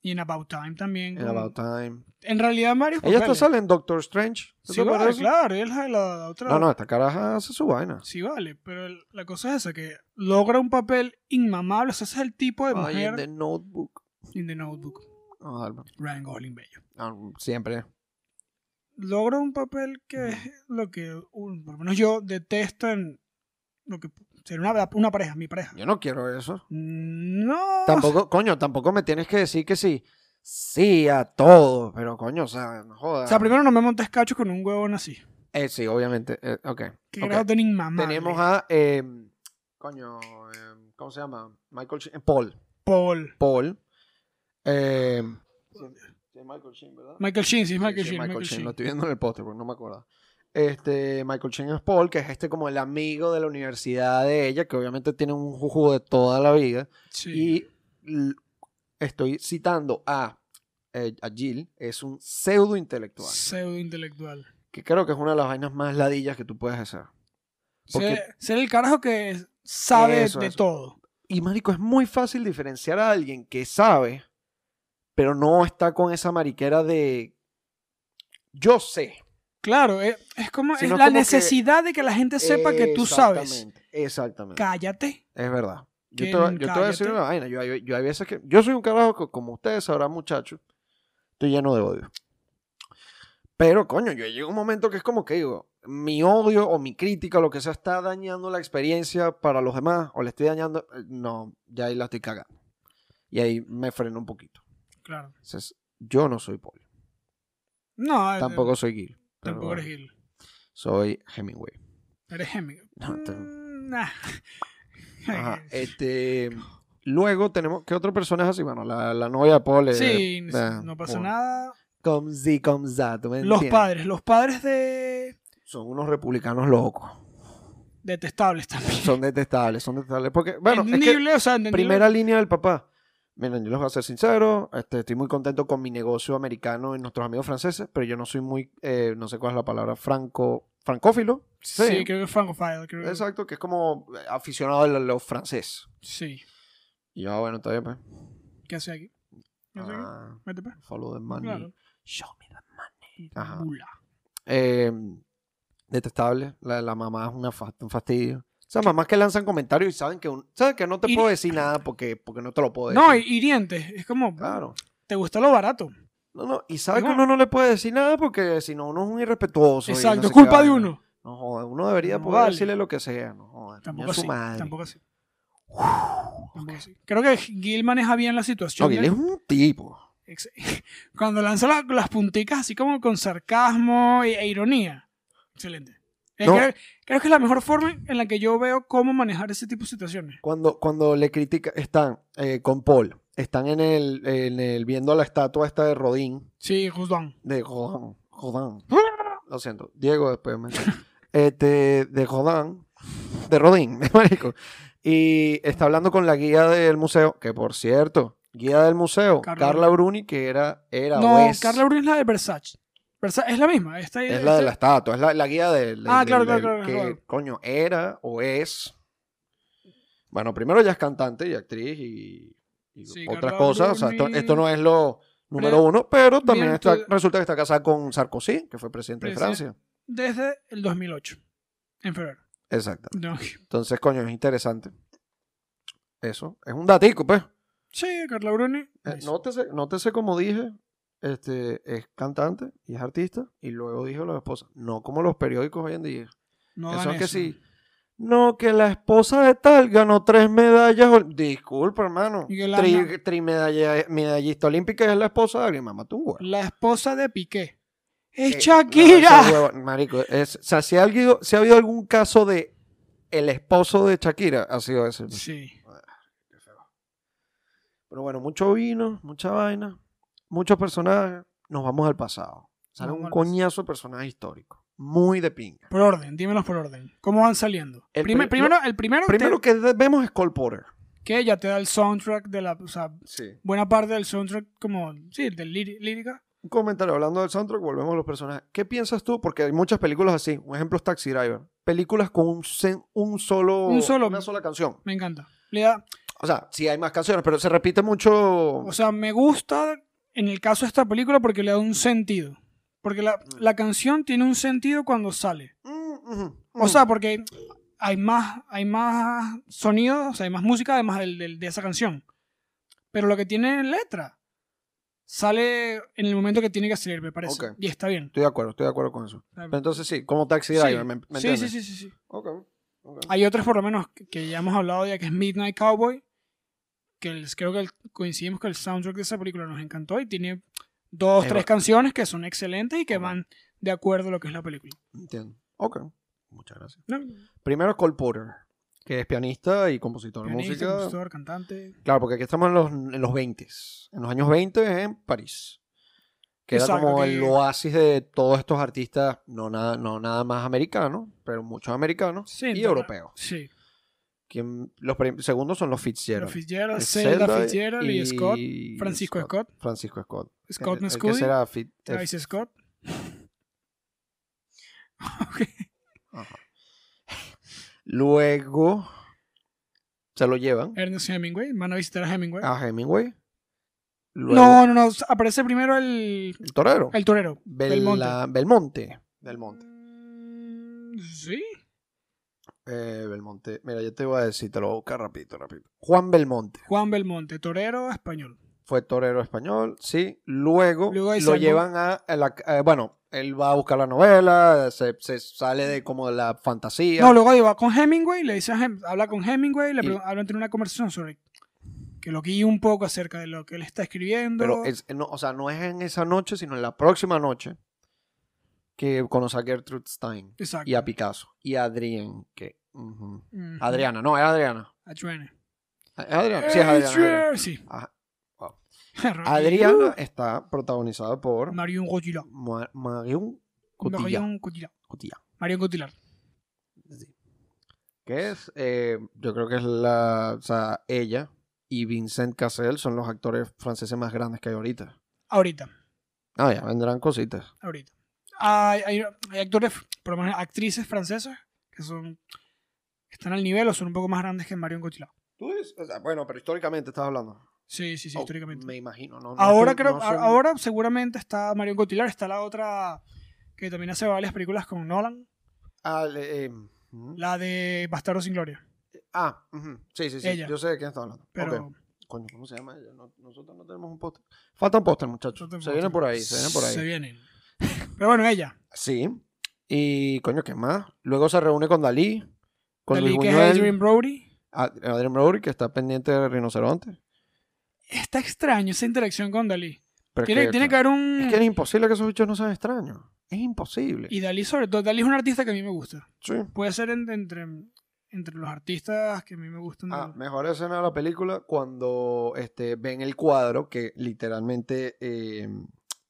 [SPEAKER 2] Y en About Time también.
[SPEAKER 1] In
[SPEAKER 2] con-
[SPEAKER 1] About Time.
[SPEAKER 2] En realidad, en varios
[SPEAKER 1] Ella está
[SPEAKER 2] papeles.
[SPEAKER 1] sale en Doctor Strange. ¿no
[SPEAKER 2] Sí,
[SPEAKER 1] te
[SPEAKER 2] vale,
[SPEAKER 1] parece?
[SPEAKER 2] claro, ella es la, la otra.
[SPEAKER 1] No, no, esta caraja hace su vaina.
[SPEAKER 2] Sí, vale, pero el- la cosa es esa, que logra un papel inmamable. O sea, ese es el tipo de
[SPEAKER 1] Ay,
[SPEAKER 2] mujer
[SPEAKER 1] en The Notebook.
[SPEAKER 2] in the Notebook.
[SPEAKER 1] Ah, Álvaro.
[SPEAKER 2] Ryan Gosling, bello.
[SPEAKER 1] Ah, siempre.
[SPEAKER 2] Logra un papel que es lo que, un- por lo menos yo, detesto en lo que sería una, una pareja, mi pareja.
[SPEAKER 1] Yo no quiero eso.
[SPEAKER 2] No.
[SPEAKER 1] Tampoco, coño, tampoco me tienes que decir que sí. Sí a todo, pero coño, o sea, no
[SPEAKER 2] O
[SPEAKER 1] jodas.
[SPEAKER 2] sea, primero no me montes cachos con un huevón así.
[SPEAKER 1] Eh, sí, obviamente. eh, ok.
[SPEAKER 2] Qué
[SPEAKER 1] ok.
[SPEAKER 2] grado tan inmamable.
[SPEAKER 1] Tenemos a. eh, coño, eh, ¿cómo se llama? Michael Sheen- eh, Paul.
[SPEAKER 2] Paul.
[SPEAKER 1] Paul. Eh, sí, Michael Sheen, ¿verdad?
[SPEAKER 2] Michael Sheen, sí, es
[SPEAKER 1] Sí,
[SPEAKER 2] Michael
[SPEAKER 1] sí,
[SPEAKER 2] Sheen. Michael
[SPEAKER 1] Sheen,
[SPEAKER 2] Sheen.
[SPEAKER 1] Lo estoy viendo en el póster porque no me acuerdo. Este, Michael Sheen es Paul, que es este como el amigo de la universidad de ella, que obviamente tiene un juju de toda la vida.
[SPEAKER 2] Sí.
[SPEAKER 1] Y l- estoy citando a, eh, a Jill, es un pseudo intelectual,
[SPEAKER 2] Pseudo intelectual.
[SPEAKER 1] que creo que es una de las vainas más ladillas que tú puedes hacer. Porque-
[SPEAKER 2] Ser, ser el carajo que sabe
[SPEAKER 1] Eso,
[SPEAKER 2] de
[SPEAKER 1] eso.
[SPEAKER 2] todo.
[SPEAKER 1] Y marico, es muy fácil diferenciar a alguien que sabe, pero no está con esa mariquera de yo sé.
[SPEAKER 2] Claro, es, es como
[SPEAKER 1] Si
[SPEAKER 2] es
[SPEAKER 1] no es
[SPEAKER 2] la
[SPEAKER 1] como que-
[SPEAKER 2] necesidad de que la gente sepa que tú sabes.
[SPEAKER 1] Exactamente, Exactamente.
[SPEAKER 2] Cállate.
[SPEAKER 1] Es verdad. Yo
[SPEAKER 2] Que
[SPEAKER 1] te, voy- yo te voy a
[SPEAKER 2] cállate.
[SPEAKER 1] decir una vaina. Yo, yo, yo hay veces que. Yo soy un carajo que, como ustedes sabrán, muchachos, estoy lleno de odio. Pero, coño, yo llego a un momento que es como que digo, mi odio o mi crítica o lo que sea está dañando la experiencia para los demás o le estoy dañando. eh, No, ya ahí la estoy cagando. Y ahí me freno un poquito.
[SPEAKER 2] Claro.
[SPEAKER 1] Entonces, yo no soy Paul.
[SPEAKER 2] No, eh,
[SPEAKER 1] Tampoco soy Gil. pero
[SPEAKER 2] tampoco
[SPEAKER 1] bueno,
[SPEAKER 2] eres Gil.
[SPEAKER 1] Soy Hemingway.
[SPEAKER 2] Eres Hemingway.
[SPEAKER 1] No, te-
[SPEAKER 2] Mm, nah. Eh,
[SPEAKER 1] Ajá, este, luego tenemos, ¿qué otro personaje así? Bueno, la, la novia de Paul. eh,
[SPEAKER 2] sí,
[SPEAKER 1] nah,
[SPEAKER 2] no pasa
[SPEAKER 1] bueno.
[SPEAKER 2] nada.
[SPEAKER 1] Como si, como sa, ¿tú me
[SPEAKER 2] Los
[SPEAKER 1] entiendes?
[SPEAKER 2] padres, los padres de
[SPEAKER 1] Son unos republicanos locos.
[SPEAKER 2] detestables también.
[SPEAKER 1] Son detestables, son detestables. Porque, bueno, es que
[SPEAKER 2] entendible, o sea, entendible.
[SPEAKER 1] primera línea del papá. Miren, yo les voy a ser sincero, este, estoy muy contento con mi negocio americano y nuestros amigos franceses, pero yo no soy muy, eh, no sé cuál es la palabra, franco, francófilo.
[SPEAKER 2] Sí, creo que es francofile, creo. que-
[SPEAKER 1] Exacto, que es como eh, aficionado a lo, lo francés.
[SPEAKER 2] Sí.
[SPEAKER 1] Y yo, ah, bueno, está bien, pues.
[SPEAKER 2] ¿Qué hace aquí? ¿Qué hace aquí?
[SPEAKER 1] Ah,
[SPEAKER 2] Vete pa.
[SPEAKER 1] follow the money.
[SPEAKER 2] Claro.
[SPEAKER 1] Show me the money. Ajá.
[SPEAKER 2] Bula.
[SPEAKER 1] Eh, detestable. La, la mamá es una fa- un fastidio. Esas mamás que lanzan comentarios y saben que, un- saben que no te
[SPEAKER 2] Y-
[SPEAKER 1] puedo decir nada porque, porque no te lo puedo decir.
[SPEAKER 2] No, y dientes. Es como,
[SPEAKER 1] Claro.
[SPEAKER 2] te gusta lo barato.
[SPEAKER 1] No, no, y sabe
[SPEAKER 2] No.
[SPEAKER 1] que uno no le puede decir nada porque si no, uno es un irrespetuoso. y no
[SPEAKER 2] Exacto,
[SPEAKER 1] sé
[SPEAKER 2] es culpa
[SPEAKER 1] qué
[SPEAKER 2] de
[SPEAKER 1] vaina.
[SPEAKER 2] uno.
[SPEAKER 1] No joda, uno debería
[SPEAKER 2] No
[SPEAKER 1] poder
[SPEAKER 2] vale.
[SPEAKER 1] decirle lo que sea. No joda,
[SPEAKER 2] Tampoco
[SPEAKER 1] a su
[SPEAKER 2] así.
[SPEAKER 1] madre.
[SPEAKER 2] Tampoco así. Tampoco así. Creo que Gil maneja bien la situación.
[SPEAKER 1] No, él
[SPEAKER 2] de-
[SPEAKER 1] es un tipo.
[SPEAKER 2] Ex- Cuando lanza la- las punticas así como con sarcasmo e, e ironía. Excelente. Es
[SPEAKER 1] No.
[SPEAKER 2] que- creo que es la mejor forma en la que yo veo cómo manejar ese tipo de situaciones.
[SPEAKER 1] Cuando, cuando le critica, están eh, con Paul, están en el, en el viendo la estatua esta de Rodín,
[SPEAKER 2] Sí, Guzmán.
[SPEAKER 1] de Rodán, Rodán. Lo siento, Diego después me este, de Rodán, de Rodín, de marico. Y está hablando con la guía del museo, que por cierto, guía del museo,
[SPEAKER 2] Carla
[SPEAKER 1] Carla Bruni, que era, era
[SPEAKER 2] No,
[SPEAKER 1] o es-
[SPEAKER 2] Carla Bruni es la de Versace. Versa- es la misma. Esta,
[SPEAKER 1] es la de la estatua, es la, la guía del, del-
[SPEAKER 2] Ah, claro,
[SPEAKER 1] del-
[SPEAKER 2] claro,
[SPEAKER 1] del-
[SPEAKER 2] claro,
[SPEAKER 1] que,
[SPEAKER 2] claro.
[SPEAKER 1] coño, era o es. Bueno, primero ella es cantante y actriz y, y
[SPEAKER 2] Sí,
[SPEAKER 1] otras
[SPEAKER 2] Carla
[SPEAKER 1] cosas. O sea, esto,
[SPEAKER 2] Bruni.
[SPEAKER 1] esto no es lo número
[SPEAKER 2] Pre-
[SPEAKER 1] uno, pero también
[SPEAKER 2] bien,
[SPEAKER 1] está,
[SPEAKER 2] tú-
[SPEAKER 1] resulta que está casada con Sarkozy, que fue presidente de
[SPEAKER 2] Presi-
[SPEAKER 1] Francia.
[SPEAKER 2] Desde el 2008. En febrero.
[SPEAKER 1] Exacto.
[SPEAKER 2] No.
[SPEAKER 1] Entonces, coño, es interesante. Eso. Es un datico, pues.
[SPEAKER 2] Sí, Carla Bruni.
[SPEAKER 1] Eh,
[SPEAKER 2] Nice.
[SPEAKER 1] Nótese, nótese como dije, este, es cantante y es artista. Y luego dijo la esposa, no como los periódicos hoy en día.
[SPEAKER 2] No
[SPEAKER 1] eso
[SPEAKER 2] dan
[SPEAKER 1] es que
[SPEAKER 2] eso.
[SPEAKER 1] sí. No, que la esposa de tal ganó tres medallas. ol- Disculpa, hermano.
[SPEAKER 2] Y que la-
[SPEAKER 1] Tri, tri medalla- medallista olímpica es la esposa de alguien. Mamá, tú un huevo.
[SPEAKER 2] La esposa de Piqué. ¡Es
[SPEAKER 1] Eh,
[SPEAKER 2] Shakira!
[SPEAKER 1] no, ese huevo- marico, es- o sea, si ha, habido, si ha habido algún caso de el esposo de Shakira, ha sido ese. pues.
[SPEAKER 2] sí.
[SPEAKER 1] Pero bueno, mucho vino, mucha vaina, muchos personajes. Nos vamos al pasado. Sale
[SPEAKER 2] Nos
[SPEAKER 1] un
[SPEAKER 2] vamos.
[SPEAKER 1] coñazo de personajes históricos. Muy de pinga.
[SPEAKER 2] Por orden, dímelos por orden. ¿Cómo van saliendo?
[SPEAKER 1] El
[SPEAKER 2] Primer-
[SPEAKER 1] pri-
[SPEAKER 2] primero, el primero, te-
[SPEAKER 1] Primero que de- vemos es Cole Porter.
[SPEAKER 2] que ya te da el soundtrack de la. O sea,
[SPEAKER 1] Sí.
[SPEAKER 2] buena parte del soundtrack, como. Sí, del líri- lírica.
[SPEAKER 1] Un comentario hablando del soundtrack, volvemos a los personajes. ¿Qué piensas tú? Porque hay muchas películas así. Un ejemplo es Taxi Driver. Películas con un, sen- un solo,
[SPEAKER 2] Un solo-
[SPEAKER 1] una sola canción.
[SPEAKER 2] Me encanta. Le da-
[SPEAKER 1] O sea, sí hay más canciones, pero se repite mucho.
[SPEAKER 2] o sea, me gusta en el caso de esta película porque le da un sentido. Porque la, la canción tiene un sentido cuando sale.
[SPEAKER 1] Mm, ujú,
[SPEAKER 2] O
[SPEAKER 1] mm.
[SPEAKER 2] sea, porque hay más, hay más sonidos, o sea, hay más música además del- del- de esa canción. Pero lo que tiene letra sale en el momento que tiene que salir, me parece.
[SPEAKER 1] Ok.
[SPEAKER 2] Y está bien.
[SPEAKER 1] estoy de acuerdo, estoy de acuerdo con eso. Pero entonces sí, como Taxi
[SPEAKER 2] Sí.
[SPEAKER 1] Driver, ¿me, me
[SPEAKER 2] sí,
[SPEAKER 1] entiendes?
[SPEAKER 2] sí, sí, sí, sí.
[SPEAKER 1] Ok, ok.
[SPEAKER 2] Hay otras por lo menos que- que ya hemos hablado ya que es Midnight Cowboy, que el- creo que el- coincidimos que el soundtrack de esa película nos encantó y tiene dos,
[SPEAKER 1] Es
[SPEAKER 2] tres
[SPEAKER 1] verdad.
[SPEAKER 2] canciones que son excelentes y que
[SPEAKER 1] Ajá.
[SPEAKER 2] van de acuerdo a lo que es la película.
[SPEAKER 1] Entiendo. Ok. Muchas gracias.
[SPEAKER 2] ¿No?
[SPEAKER 1] Primero es Cole Porter, que es pianista y compositor de
[SPEAKER 2] Pianista,
[SPEAKER 1] música.
[SPEAKER 2] compositor, cantante.
[SPEAKER 1] Claro, porque aquí estamos en los, en los 20 En los años 20 en París. Que era
[SPEAKER 2] Exacto,
[SPEAKER 1] como
[SPEAKER 2] que-
[SPEAKER 1] el oasis de todos estos artistas, no nada, no nada más americanos, pero muchos americanos
[SPEAKER 2] Sí,
[SPEAKER 1] y
[SPEAKER 2] entonces-
[SPEAKER 1] europeos.
[SPEAKER 2] Sí.
[SPEAKER 1] Quien- los prim- segundos son los Fitzgerald.
[SPEAKER 2] Los Fitzgerald,
[SPEAKER 1] Es
[SPEAKER 2] Zelda, Fitzgerald y, Scott. Francisco Scott.
[SPEAKER 1] Francisco Scott.
[SPEAKER 2] Scott
[SPEAKER 1] El- el que
[SPEAKER 2] Mescudi.
[SPEAKER 1] será Fit- eh,
[SPEAKER 2] Travis Scott. Ok.
[SPEAKER 1] Ajá. Luego se lo llevan
[SPEAKER 2] Ernest Hemingway. Van a visitar a Hemingway.
[SPEAKER 1] a Hemingway. Ah, Luego,
[SPEAKER 2] no, no, no. Aparece primero el,
[SPEAKER 1] el torero.
[SPEAKER 2] el torero.
[SPEAKER 1] Bel-
[SPEAKER 2] Belmonte.
[SPEAKER 1] la- Belmonte. Belmonte.
[SPEAKER 2] Mm, Sí.
[SPEAKER 1] Eh, Belmonte. Mira, yo te voy a decir, te lo voy a buscar rapidito, rapidito. Juan Belmonte.
[SPEAKER 2] Juan Belmonte, torero español.
[SPEAKER 1] Fue torero español, sí. Luego,
[SPEAKER 2] Luego hay
[SPEAKER 1] lo
[SPEAKER 2] salmón.
[SPEAKER 1] llevan a... a la- eh, bueno, él va a buscar la novela, se, se sale de como de la fantasía.
[SPEAKER 2] No, luego ahí va con Hemingway, le dice a Hem- habla con Hemingway, le
[SPEAKER 1] Y-
[SPEAKER 2] pregun- hablan en una conversación sobre que lo guíe un poco acerca de lo que él está escribiendo.
[SPEAKER 1] Pero es, eh, no, o sea, no es en esa noche, sino en la próxima noche que conoce a Gertrude Stein
[SPEAKER 2] Exacto.
[SPEAKER 1] y a Picasso y a Adrián, que ujú.
[SPEAKER 2] Ujú.
[SPEAKER 1] Adriana, no, es Adriana.
[SPEAKER 2] Adriana.
[SPEAKER 1] ¿Es Adriana? Sí, es Adriana. es Adriana.
[SPEAKER 2] Sí.
[SPEAKER 1] Ajá. Wow.
[SPEAKER 2] Marion-
[SPEAKER 1] Adriana está protagonizada por
[SPEAKER 2] Marion Cotillard.
[SPEAKER 1] Ma- Marion Cotillard.
[SPEAKER 2] Marion Cotillard.
[SPEAKER 1] Cotillard,
[SPEAKER 2] Marion Cotillard.
[SPEAKER 1] sí. Que es, eh, yo creo que es la, o sea, ella y Vincent Cassel son los actores franceses más grandes que hay ahorita.
[SPEAKER 2] Ahorita,
[SPEAKER 1] Ah, ya vendrán cositas.
[SPEAKER 2] ahorita. Hay, hay- hay actores, por lo menos actrices francesas, que son están al nivel o son un poco más grandes que Marion Cotillard.
[SPEAKER 1] Tú dices, o sea, bueno, pero históricamente estás hablando.
[SPEAKER 2] Sí, sí, sí,
[SPEAKER 1] Oh,
[SPEAKER 2] históricamente.
[SPEAKER 1] Me imagino, no. no
[SPEAKER 2] ahora
[SPEAKER 1] estoy-
[SPEAKER 2] creo,
[SPEAKER 1] este no
[SPEAKER 2] a-
[SPEAKER 1] soy-
[SPEAKER 2] ahora seguramente está Marion Cotillard, está la otra que también hace varias películas con Nolan,
[SPEAKER 1] Ah, le- eh, ujú.
[SPEAKER 2] la de Bastardo sin Gloria.
[SPEAKER 1] Ah, ujú, sí, sí, sí.
[SPEAKER 2] Ella.
[SPEAKER 1] Yo sé de quién estás hablando.
[SPEAKER 2] Pero
[SPEAKER 1] Ok. Coño, ¿cómo se llama ella? No- nosotros no tenemos un póster. Falta un póster, muchachos.
[SPEAKER 2] no te
[SPEAKER 1] Se viene
[SPEAKER 2] importa.
[SPEAKER 1] por ahí, se viene por ahí.
[SPEAKER 2] Se vienen. Pero bueno, ella.
[SPEAKER 1] Sí. Y, coño, ¿qué más? Luego se reúne con Dalí, con
[SPEAKER 2] Dalí,
[SPEAKER 1] Luis
[SPEAKER 2] que es
[SPEAKER 1] Buñuel,
[SPEAKER 2] Adrien Brody.
[SPEAKER 1] Ad- Adrien Brody, que está pendiente de Rinoceronte.
[SPEAKER 2] Está extraño esa interacción con Dalí.
[SPEAKER 1] Pero es
[SPEAKER 2] Tiene,
[SPEAKER 1] que,
[SPEAKER 2] tiene que haber un...
[SPEAKER 1] es que es imposible que esos bichos no sean extraños. Es imposible.
[SPEAKER 2] Y Mm. Dalí sobre todo, Dalí es un artista que a mí me gusta.
[SPEAKER 1] Sí.
[SPEAKER 2] Puede ser en- entre, entre los artistas que a mí me gustan.
[SPEAKER 1] Ah,
[SPEAKER 2] del-
[SPEAKER 1] mejor escena de la película cuando este, ven el cuadro que literalmente eh,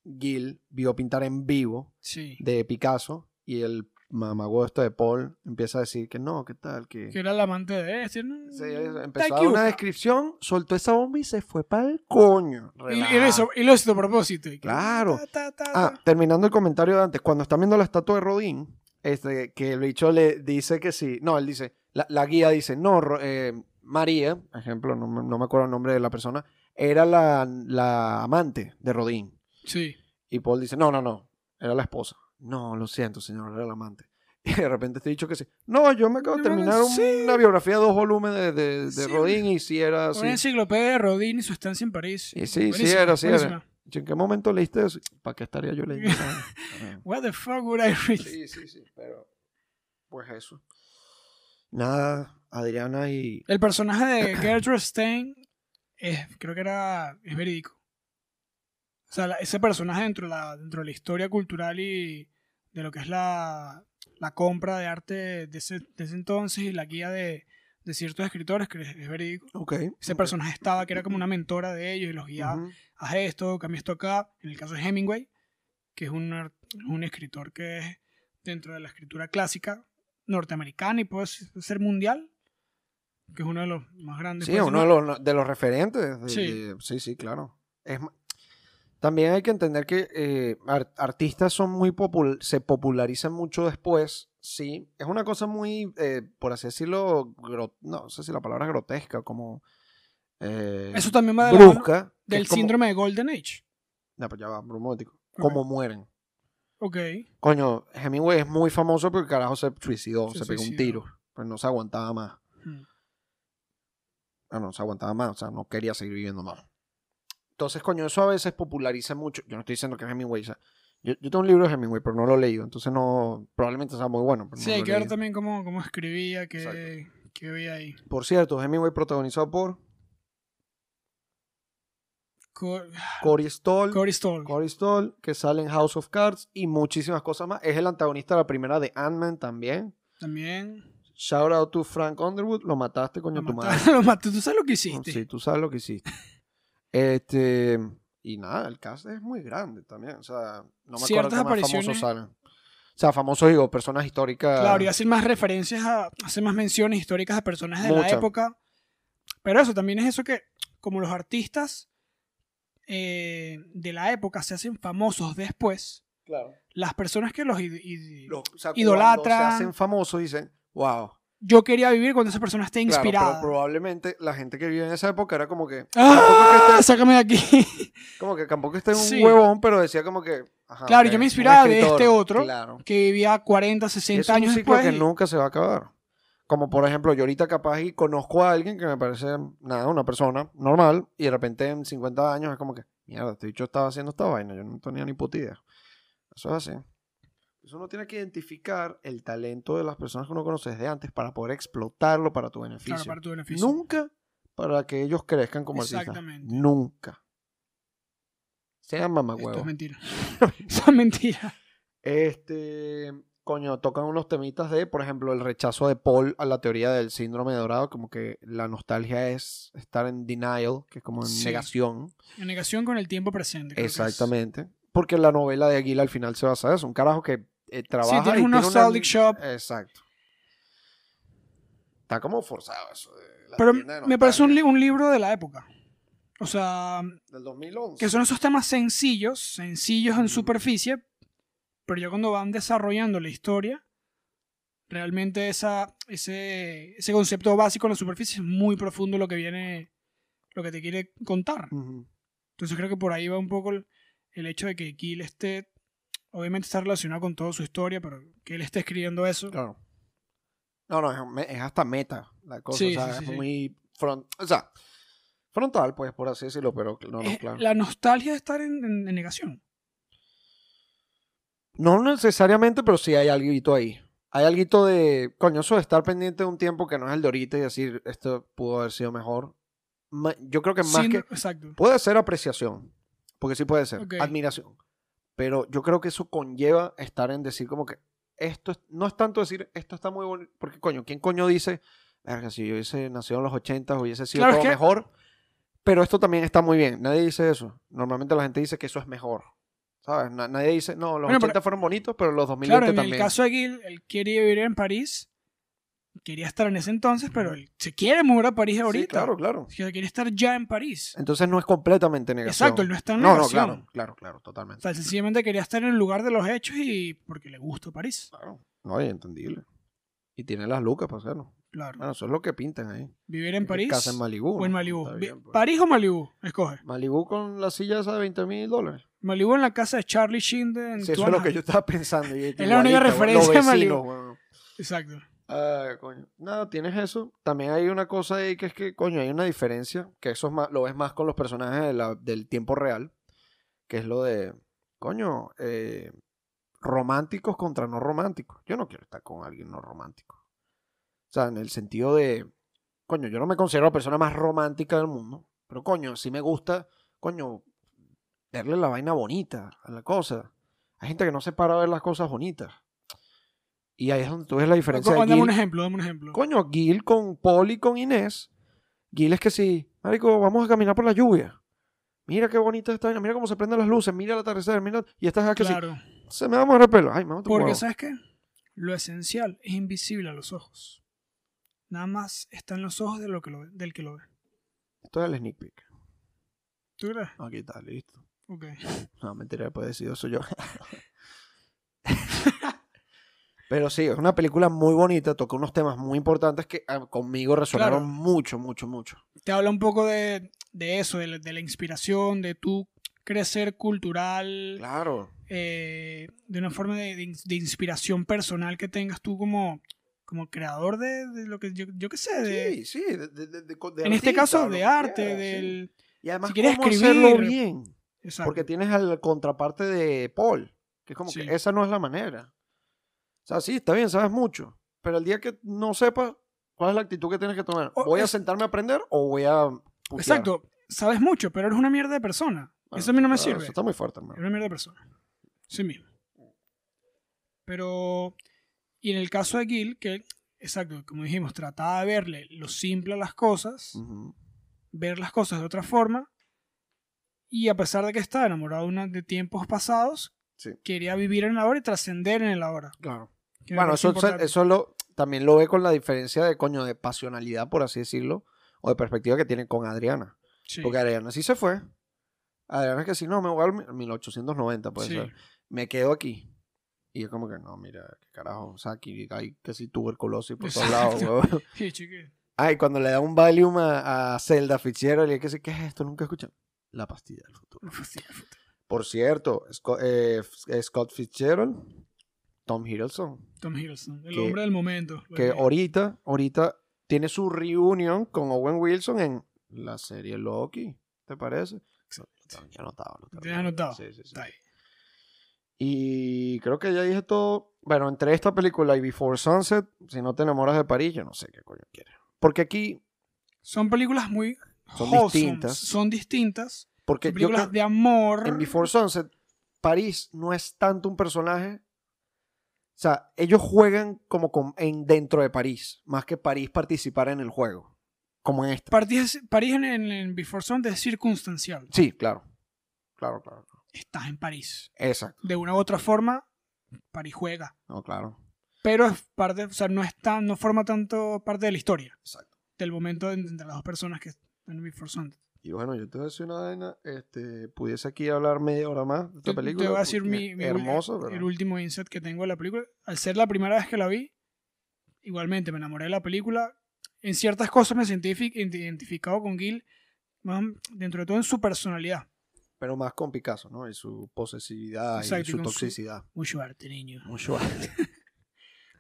[SPEAKER 1] Gil vio pintar en vivo
[SPEAKER 2] sí.
[SPEAKER 1] de Picasso y el mamagosto de Paul empieza a decir que no, que tal, que...
[SPEAKER 2] Que era el amante de este. ¿no?
[SPEAKER 1] Sí, es-
[SPEAKER 2] Está
[SPEAKER 1] empezó a dar una
[SPEAKER 2] equivocado.
[SPEAKER 1] descripción, soltó esa bomba y se fue para el coño.
[SPEAKER 2] Y- Y
[SPEAKER 1] Relaja.
[SPEAKER 2] lo hizo, y lo hizo a propósito. y que-
[SPEAKER 1] Claro.
[SPEAKER 2] ta, ta, ta, ta.
[SPEAKER 1] Ah, terminando el comentario de antes, cuando están viendo la estatua de Rodin, este, que el bicho le dice que sí. No, él dice, la, la guía dice, no, Ro- eh, María, ejemplo, no, me- no me acuerdo el nombre de la persona, era la, la amante de Rodin.
[SPEAKER 2] Sí.
[SPEAKER 1] Y Paul dice, no, no, no, era la esposa. No, lo siento, señor, era la amante. Y de repente te he dicho que sí. No, yo me acabo de
[SPEAKER 2] Yo me-
[SPEAKER 1] terminar un-
[SPEAKER 2] sí.
[SPEAKER 1] una biografía de dos volúmenes de, de- de
[SPEAKER 2] Sí.
[SPEAKER 1] Rodin y si era
[SPEAKER 2] Una
[SPEAKER 1] así.
[SPEAKER 2] enciclopedia de Rodin y su estancia en París.
[SPEAKER 1] Ah, Y sí, sí
[SPEAKER 2] Buenísima,
[SPEAKER 1] era, sí era.
[SPEAKER 2] buenísima.
[SPEAKER 1] ¿En qué momento leíste eso? ¿Para qué estaría yo leyendo? Ah,
[SPEAKER 2] What the fuck would I read?
[SPEAKER 1] sí, sí, sí, pero pues eso. Nada, Adriana y...
[SPEAKER 2] El personaje de Gertrude Stein es, creo que era, es verídico. O sea, la- ese personaje dentro de, la, dentro de la historia cultural y de lo que es la, la compra de arte de ese, de ese entonces y la guía de, de ciertos escritores, que es, es verídico.
[SPEAKER 1] Ok.
[SPEAKER 2] Ese
[SPEAKER 1] ok.
[SPEAKER 2] personaje estaba, que era como una mentora de ellos y los guiaba.
[SPEAKER 1] Ujú.
[SPEAKER 2] haz esto, cambia esto acá. En el caso de Hemingway, que es un, ar- un escritor que es dentro de la escritura clásica norteamericana y puede ser mundial, que es uno de los más grandes.
[SPEAKER 1] Sí,
[SPEAKER 2] pues,
[SPEAKER 1] uno
[SPEAKER 2] ¿no?
[SPEAKER 1] de los, de los referentes. de-
[SPEAKER 2] Sí.
[SPEAKER 1] de- sí, sí, claro. Es ma- también hay que entender que eh, ar- artistas son muy popul- se popularizan mucho después, sí. Es una cosa muy, eh, por así decirlo, gro- no sé si la palabra es grotesca, como eh,
[SPEAKER 2] Eso también va de la mano
[SPEAKER 1] brusca. que
[SPEAKER 2] del
[SPEAKER 1] es como-
[SPEAKER 2] síndrome de Golden Age.
[SPEAKER 1] No, pero ya va, un momentico.
[SPEAKER 2] Ok.
[SPEAKER 1] Cómo mueren.
[SPEAKER 2] Ok. Mm.
[SPEAKER 1] Coño, Hemingway es muy famoso porque el carajo se suicidó,
[SPEAKER 2] Se
[SPEAKER 1] se, pegó un
[SPEAKER 2] suicidó.
[SPEAKER 1] tiro. Pues no se aguantaba más.
[SPEAKER 2] Mm.
[SPEAKER 1] Ah, no se aguantaba más, o sea, no quería seguir viviendo más. Entonces, coño, eso a veces populariza mucho. Yo no estoy diciendo que es Hemingway. o sea, yo, yo tengo un libro de Hemingway, pero no lo he leído. Entonces, no, probablemente sea muy bueno. pero no
[SPEAKER 2] Sí,
[SPEAKER 1] lo
[SPEAKER 2] hay
[SPEAKER 1] he
[SPEAKER 2] que ver
[SPEAKER 1] leído.
[SPEAKER 2] también cómo, cómo escribía, qué,
[SPEAKER 1] Exacto.
[SPEAKER 2] qué veía ahí.
[SPEAKER 1] Por cierto, Hemingway protagonizado por
[SPEAKER 2] Co-
[SPEAKER 1] Cory Stoll.
[SPEAKER 2] Cory Stoll.
[SPEAKER 1] Cory Stoll, que sale en House of Cards y muchísimas cosas más. Es el antagonista de la primera de Ant-Man también.
[SPEAKER 2] También.
[SPEAKER 1] Shout out to Frank Underwood. Lo mataste, coño,
[SPEAKER 2] Lo
[SPEAKER 1] tu
[SPEAKER 2] mataste,
[SPEAKER 1] madre.
[SPEAKER 2] lo mataste. ¿Tú sabes lo que hiciste?
[SPEAKER 1] Sí, tú sabes lo que hiciste. este, y nada, el cast es muy grande también. O sea, no me acuerdo
[SPEAKER 2] Ciertas
[SPEAKER 1] qué más
[SPEAKER 2] apariciones-
[SPEAKER 1] famosos salen. O sea, famosos digo, personas históricas.
[SPEAKER 2] Claro, y hacen más referencias a, hacen más menciones históricas a personajes de la
[SPEAKER 1] Muchas.
[SPEAKER 2] época. Pero eso también es eso que, como los artistas eh, de la época se hacen famosos después, las personas que los... id- id-
[SPEAKER 1] Lo- o sea, cuando
[SPEAKER 2] Idolatran.
[SPEAKER 1] Se hacen famosos, dicen, wow.
[SPEAKER 2] Yo quería vivir cuando esa persona esté
[SPEAKER 1] Claro,
[SPEAKER 2] inspirada.
[SPEAKER 1] pero probablemente la gente que vive en esa época era como que,
[SPEAKER 2] ¡Ah! Sácame de aquí.
[SPEAKER 1] como que tampoco esté un
[SPEAKER 2] Sí.
[SPEAKER 1] huevón, pero decía como que. ajá,
[SPEAKER 2] Claro,
[SPEAKER 1] ok,
[SPEAKER 2] yo me
[SPEAKER 1] un
[SPEAKER 2] inspiraba de
[SPEAKER 1] escritor,
[SPEAKER 2] este otro.
[SPEAKER 1] Claro.
[SPEAKER 2] que vivía 40,
[SPEAKER 1] Y
[SPEAKER 2] 60
[SPEAKER 1] es un
[SPEAKER 2] años
[SPEAKER 1] ciclo
[SPEAKER 2] después.
[SPEAKER 1] que
[SPEAKER 2] y-
[SPEAKER 1] nunca se va a acabar. Como por ejemplo, yo ahorita capaz y conozco a alguien que me parece nada, una persona normal, y de repente en 50 años es como que, mierda, este bicho estaba haciendo esta vaina, yo no tenía ni puta idea. Eso es así. Eso uno tiene que identificar el talento de las personas que uno conoce desde antes para poder explotarlo para tu beneficio.
[SPEAKER 2] Claro, para tu beneficio.
[SPEAKER 1] Nunca para que ellos crezcan como artistas.
[SPEAKER 2] Exactamente.
[SPEAKER 1] Nunca. Sean
[SPEAKER 2] Esto es
[SPEAKER 1] mamagüevos.
[SPEAKER 2] mentira. Eso es mentira.
[SPEAKER 1] Este, coño, tocan unos temitas de, por ejemplo, el rechazo de Paul a la teoría del síndrome de dorado, como que la nostalgia es estar en denial, que es como en
[SPEAKER 2] Sí.
[SPEAKER 1] negación.
[SPEAKER 2] En negación con el tiempo presente. creo que es.
[SPEAKER 1] Exactamente. Porque la novela de Aguila al final se basa en eso, un carajo que eh, trabaja
[SPEAKER 2] tienes
[SPEAKER 1] y
[SPEAKER 2] un
[SPEAKER 1] tiene
[SPEAKER 2] nostalgic shop.
[SPEAKER 1] Exacto. Está como forzado eso. de la
[SPEAKER 2] Pero
[SPEAKER 1] tienda de
[SPEAKER 2] me parece un, li-
[SPEAKER 1] nostalgia
[SPEAKER 2] un libro de la época. O sea,
[SPEAKER 1] Del 2011.
[SPEAKER 2] que son esos temas sencillos, sencillos en
[SPEAKER 1] Ujú.
[SPEAKER 2] superficie, pero ya cuando van desarrollando la historia, realmente esa, ese, ese concepto básico en la superficie es muy profundo lo que viene, lo que te quiere contar.
[SPEAKER 1] Ujú.
[SPEAKER 2] Entonces creo que por ahí va un poco el, el hecho de que Kiel esté, obviamente está relacionado con toda su historia, pero que él esté escribiendo eso.
[SPEAKER 1] Claro. No, no, es, me- es hasta meta la cosa.
[SPEAKER 2] Sí,
[SPEAKER 1] o sea,
[SPEAKER 2] sí, sí,
[SPEAKER 1] es
[SPEAKER 2] sí.
[SPEAKER 1] muy front, o sea, frontal, pues, por así decirlo, pero no, no,
[SPEAKER 2] Es
[SPEAKER 1] claro.
[SPEAKER 2] Eh, La nostalgia de estar en- en- en negación.
[SPEAKER 1] No necesariamente, pero sí hay algo ahí. Hay algo de, coño, eso de estar pendiente de un tiempo que no es el de ahorita y decir, esto pudo haber sido mejor. Ma- Yo creo que más
[SPEAKER 2] Siendo-
[SPEAKER 1] que...
[SPEAKER 2] Exacto.
[SPEAKER 1] Puede ser apreciación, porque sí puede ser,
[SPEAKER 2] Ok.
[SPEAKER 1] admiración. Pero yo creo que eso conlleva estar en decir como que esto es- no es tanto decir esto está muy bonito, porque coño, ¿quién coño dice, verga, si yo hubiese nacido en los 80 hubiese sido
[SPEAKER 2] Claro, es
[SPEAKER 1] todo
[SPEAKER 2] que-
[SPEAKER 1] mejor? Pero esto también está muy bien, nadie dice eso. Normalmente la gente dice que eso es mejor. ¿Sabes? Na- nadie dice, no, los
[SPEAKER 2] Bueno,
[SPEAKER 1] 80
[SPEAKER 2] pero-
[SPEAKER 1] fueron bonitos, pero los 2020
[SPEAKER 2] Claro, en
[SPEAKER 1] también.
[SPEAKER 2] el caso de Gil, él quería vivir en París. Quería estar en ese entonces, pero él se quiere mudar a París
[SPEAKER 1] Sí,
[SPEAKER 2] ahorita.
[SPEAKER 1] claro, claro.
[SPEAKER 2] Es que Quiere estar ya en París.
[SPEAKER 1] Entonces no es completamente negación.
[SPEAKER 2] Exacto, él no está en
[SPEAKER 1] No, no,
[SPEAKER 2] negación.
[SPEAKER 1] claro, claro, claro,
[SPEAKER 2] O
[SPEAKER 1] totalmente.
[SPEAKER 2] sea, él sencillamente quería estar en el lugar de los hechos y porque le gusta París.
[SPEAKER 1] Claro, no, es entendible. Y tiene las lucas para hacerlo.
[SPEAKER 2] Claro.
[SPEAKER 1] Bueno, eso es lo que pintan ahí.
[SPEAKER 2] Vivir en
[SPEAKER 1] Que Casa
[SPEAKER 2] París
[SPEAKER 1] en Malibú.
[SPEAKER 2] o en
[SPEAKER 1] ¿no?
[SPEAKER 2] Malibú.
[SPEAKER 1] Está
[SPEAKER 2] Vi-
[SPEAKER 1] bien, pues.
[SPEAKER 2] ¿París o Malibú? Escoge.
[SPEAKER 1] Malibú con la silla esa de 20 mil dólares.
[SPEAKER 2] Malibú en la casa de Charlie Sheen de- en
[SPEAKER 1] Sí, eso es lo
[SPEAKER 2] Tuana.
[SPEAKER 1] que yo estaba pensando. y
[SPEAKER 2] Es la única
[SPEAKER 1] igualito,
[SPEAKER 2] referencia
[SPEAKER 1] los
[SPEAKER 2] de Malibú.
[SPEAKER 1] vecinos, weón.
[SPEAKER 2] Exacto.
[SPEAKER 1] Ah, coño. Nada, tienes eso. También hay una cosa ahí que es que, coño, hay una diferencia. Que eso es más, lo ves más con los personajes de la- del tiempo real. que es lo de, coño, eh, románticos contra no románticos. Yo no quiero estar con alguien no romántico. O sea, en el sentido de, coño, yo no me considero la persona más romántica del mundo, pero coño, sí me gusta, coño, verle la vaina bonita a la cosa. Hay gente que no se para a ver las cosas bonitas. Y ahí es donde tú ves la diferencia. de
[SPEAKER 2] Co- Dame un
[SPEAKER 1] Gil-
[SPEAKER 2] ejemplo, dame un ejemplo.
[SPEAKER 1] Coño, Gil con Paul y con Inés. Gil es que sí, Marico, vamos a caminar por la lluvia. Mira qué bonita está, mira cómo se prenden las luces, mira el atardecer, mira. Y estás que
[SPEAKER 2] claro.
[SPEAKER 1] sí, se me va a morir el pelo. Ay, mamá, tu
[SPEAKER 2] Porque,
[SPEAKER 1] huevo.
[SPEAKER 2] ¿sabes qué? Lo esencial es invisible a los ojos. Nada más está en los ojos de lo que lo ve- del que lo ve.
[SPEAKER 1] Esto es el sneak peek.
[SPEAKER 2] ¿Tú crees?
[SPEAKER 1] Aquí está, listo.
[SPEAKER 2] Ok.
[SPEAKER 1] No, mentira, después he decidido eso yo. Pero sí, es una película muy bonita, toca unos temas muy importantes que ah, conmigo resonaron
[SPEAKER 2] Claro.
[SPEAKER 1] mucho, mucho, mucho.
[SPEAKER 2] Te habla un poco de, de eso, de la, de la inspiración, de tu crecer cultural,
[SPEAKER 1] Claro.
[SPEAKER 2] eh, de una forma de, de ins- de inspiración personal que tengas tú como, como creador de, de lo que yo, yo qué sé, de,
[SPEAKER 1] Sí, sí. de- de- de- de- de
[SPEAKER 2] en este
[SPEAKER 1] artista,
[SPEAKER 2] caso
[SPEAKER 1] lo
[SPEAKER 2] de
[SPEAKER 1] que
[SPEAKER 2] arte,
[SPEAKER 1] quieras, sí.
[SPEAKER 2] del...
[SPEAKER 1] Y además,
[SPEAKER 2] Si quieres
[SPEAKER 1] ¿cómo hacerlo
[SPEAKER 2] escribir?
[SPEAKER 1] bien?
[SPEAKER 2] Exacto.
[SPEAKER 1] Porque tienes a la contraparte de Paul, que es como
[SPEAKER 2] Sí.
[SPEAKER 1] que esa no es la manera. O sea, sí, está bien, sabes mucho, pero el día que no sepas cuál es la actitud que tienes que tomar,
[SPEAKER 2] O-
[SPEAKER 1] ¿voy a
[SPEAKER 2] Oh, es-
[SPEAKER 1] sentarme a aprender o voy a... putear?
[SPEAKER 2] Exacto. Sabes mucho, pero eres una mierda de persona.
[SPEAKER 1] Bueno,
[SPEAKER 2] eso a mí no me
[SPEAKER 1] claro,
[SPEAKER 2] sirve.
[SPEAKER 1] ah, Eso está muy fuerte,
[SPEAKER 2] Era
[SPEAKER 1] hermano.
[SPEAKER 2] una mierda de persona. Sí mismo. Pero. Y en el caso de Gil, que, exacto, como dijimos, trataba de verle lo simple a las cosas,
[SPEAKER 1] Ujú.
[SPEAKER 2] ver las cosas de otra forma. Y a pesar de que estaba enamorado de una- de tiempos pasados,
[SPEAKER 1] Sí.
[SPEAKER 2] quería vivir en la hora y trascender en el ahora.
[SPEAKER 1] Claro.
[SPEAKER 2] que me
[SPEAKER 1] Bueno,
[SPEAKER 2] parece
[SPEAKER 1] eso,
[SPEAKER 2] importante.
[SPEAKER 1] eso lo, también lo ve con la diferencia de, coño, de pasionalidad, por así decirlo, o de perspectiva que tiene con Adriana.
[SPEAKER 2] Sí,
[SPEAKER 1] Porque Adriana sí se fue. Adriana es que si no, me voy al mi- 1890, puede
[SPEAKER 2] sí.
[SPEAKER 1] ser. Me quedo aquí. Y yo como que, no, mira, qué carajo. O sea, aquí hay que si tuberculosis por todos lados,
[SPEAKER 2] Exacto.
[SPEAKER 1] huevón.
[SPEAKER 2] Sí, chiqui.
[SPEAKER 1] Ay, cuando le da un Valium a, a Zelda Fitzgerald y es que sí, ¿qué es esto? Nunca escuchan. La pastilla del futuro. Por cierto, Scott, eh, F- Scott Fitzgerald, Tom Hiddleston,
[SPEAKER 2] Tom Hiddleston, el
[SPEAKER 1] Que-
[SPEAKER 2] hombre del momento. lo
[SPEAKER 1] que
[SPEAKER 2] diría.
[SPEAKER 1] ahorita, ahorita tiene su reunión con Owen Wilson en la serie Loki, ¿te parece?
[SPEAKER 2] Exacto.
[SPEAKER 1] Ya anotado. lo tengo.
[SPEAKER 2] tienes anotado?
[SPEAKER 1] Sí, sí, sí.
[SPEAKER 2] Está ahí.
[SPEAKER 1] Y creo que ya dije todo. Bueno, entre esta película y Before Sunset, si no te enamoras de París, yo no sé qué coño quieres. Porque aquí,
[SPEAKER 2] Son películas muy
[SPEAKER 1] Son
[SPEAKER 2] wholesome,
[SPEAKER 1] distintas.
[SPEAKER 2] Son distintas.
[SPEAKER 1] porque
[SPEAKER 2] Son
[SPEAKER 1] yo
[SPEAKER 2] películas
[SPEAKER 1] creo-
[SPEAKER 2] de amor.
[SPEAKER 1] en Before Sunset, París no es tanto un personaje. O sea, ellos juegan como con- en, dentro de París, más que París participar en el juego. Como en esta.
[SPEAKER 2] París, París en, en- en Before Sunset es circunstancial.
[SPEAKER 1] Sí, claro. Claro, claro. claro.
[SPEAKER 2] Estás en París.
[SPEAKER 1] Exacto.
[SPEAKER 2] De una u otra forma, París juega.
[SPEAKER 1] No, claro.
[SPEAKER 2] Pero es parte, o sea, no, está, no forma tanto parte de la historia,
[SPEAKER 1] Exacto.
[SPEAKER 2] del momento en- entre las dos personas que están en Before Sunset.
[SPEAKER 1] Y bueno, yo te voy a decir una vaina, este, pudiese aquí hablar media hora más de esta
[SPEAKER 2] Yo te
[SPEAKER 1] película.
[SPEAKER 2] voy a decir
[SPEAKER 1] porque
[SPEAKER 2] mi, mi-
[SPEAKER 1] hermoso,
[SPEAKER 2] el
[SPEAKER 1] pero
[SPEAKER 2] último insight que tengo de la película. Al ser la primera vez que la vi, igualmente me enamoré de la película. En ciertas cosas me sentí fi- identificado con Gil, más dentro de todo en su personalidad.
[SPEAKER 1] pero más con Picasso, ¿no? Y su posesividad
[SPEAKER 2] Exacto,
[SPEAKER 1] y
[SPEAKER 2] y
[SPEAKER 1] su
[SPEAKER 2] con su-
[SPEAKER 1] toxicidad. Mm.
[SPEAKER 2] Mucho arte, niño.
[SPEAKER 1] Mucho arte.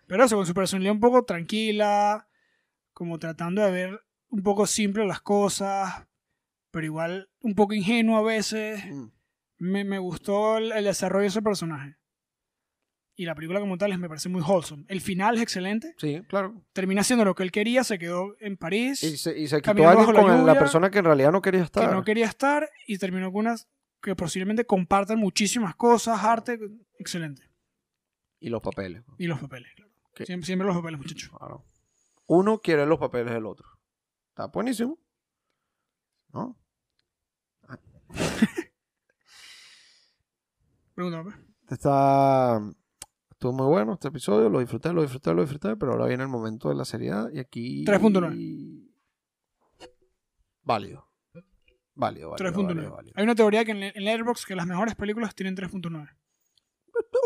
[SPEAKER 2] Pero eso, con su personalidad un poco tranquila, como tratando de ver un poco simple las cosas, pero igual un poco ingenuo a veces.
[SPEAKER 1] Mm.
[SPEAKER 2] Me, me gustó el, el desarrollo de ese personaje. Y la película como tal es- me parece muy wholesome. El final es excelente.
[SPEAKER 1] sí, claro.
[SPEAKER 2] Termina haciendo lo que él quería, se quedó en París,
[SPEAKER 1] Y se, y se quitó
[SPEAKER 2] Caminando
[SPEAKER 1] a alguien
[SPEAKER 2] bajo la
[SPEAKER 1] con el- la,
[SPEAKER 2] lluvia,
[SPEAKER 1] persona que en realidad no quería
[SPEAKER 2] que
[SPEAKER 1] estar.
[SPEAKER 2] no quería estar, y terminó con unas que posiblemente compartan muchísimas cosas, arte, excelente.
[SPEAKER 1] Y los papeles.
[SPEAKER 2] Y los papeles, claro.
[SPEAKER 1] ¿Qué?
[SPEAKER 2] Siempre, siempre los papeles, muchachos.
[SPEAKER 1] Claro. Uno quiere los papeles del otro. Está buenísimo. ¿No?
[SPEAKER 2] Pregunta, papá.
[SPEAKER 1] Está. Estuvo muy bueno este episodio. Lo disfruté, lo disfruté, lo disfruté. Pero ahora viene el momento de la seriedad. Y aquí.
[SPEAKER 2] 3.9.
[SPEAKER 1] Válido. Válido, válido.
[SPEAKER 2] 3.9.
[SPEAKER 1] válido, válido.
[SPEAKER 2] Hay una teoría que en en Letterboxd que las mejores películas tienen 3.9.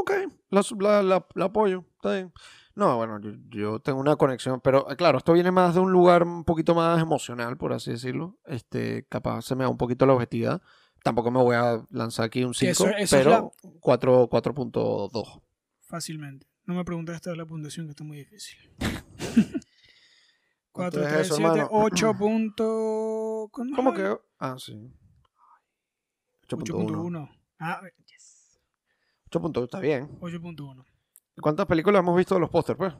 [SPEAKER 1] Ok, la, su- la- la- la apoyo. Está bien. No, bueno, yo, yo tengo una conexión. Pero eh, claro, esto viene más de un lugar un poquito más emocional, por así decirlo. Este, capaz se me da un poquito la objetividad. Tampoco me voy a lanzar aquí un 5,
[SPEAKER 2] eso- eso es
[SPEAKER 1] pero 4 4.2.
[SPEAKER 2] Fácilmente. No me preguntes esta de la puntuación que está muy difícil.
[SPEAKER 1] ¿Cuánto
[SPEAKER 2] 4,
[SPEAKER 1] es
[SPEAKER 2] 3,
[SPEAKER 1] eso,
[SPEAKER 2] 7,
[SPEAKER 1] hermano?
[SPEAKER 2] 8 punto... ¿Cómo
[SPEAKER 1] ¿Cómo
[SPEAKER 2] es?
[SPEAKER 1] que? Ah, sí. 8.1.
[SPEAKER 2] 8.1. Ah, yes.
[SPEAKER 1] 8 puntos, está bien.
[SPEAKER 2] 8.1.
[SPEAKER 1] ¿Cuántas películas hemos visto de los pósters, pues?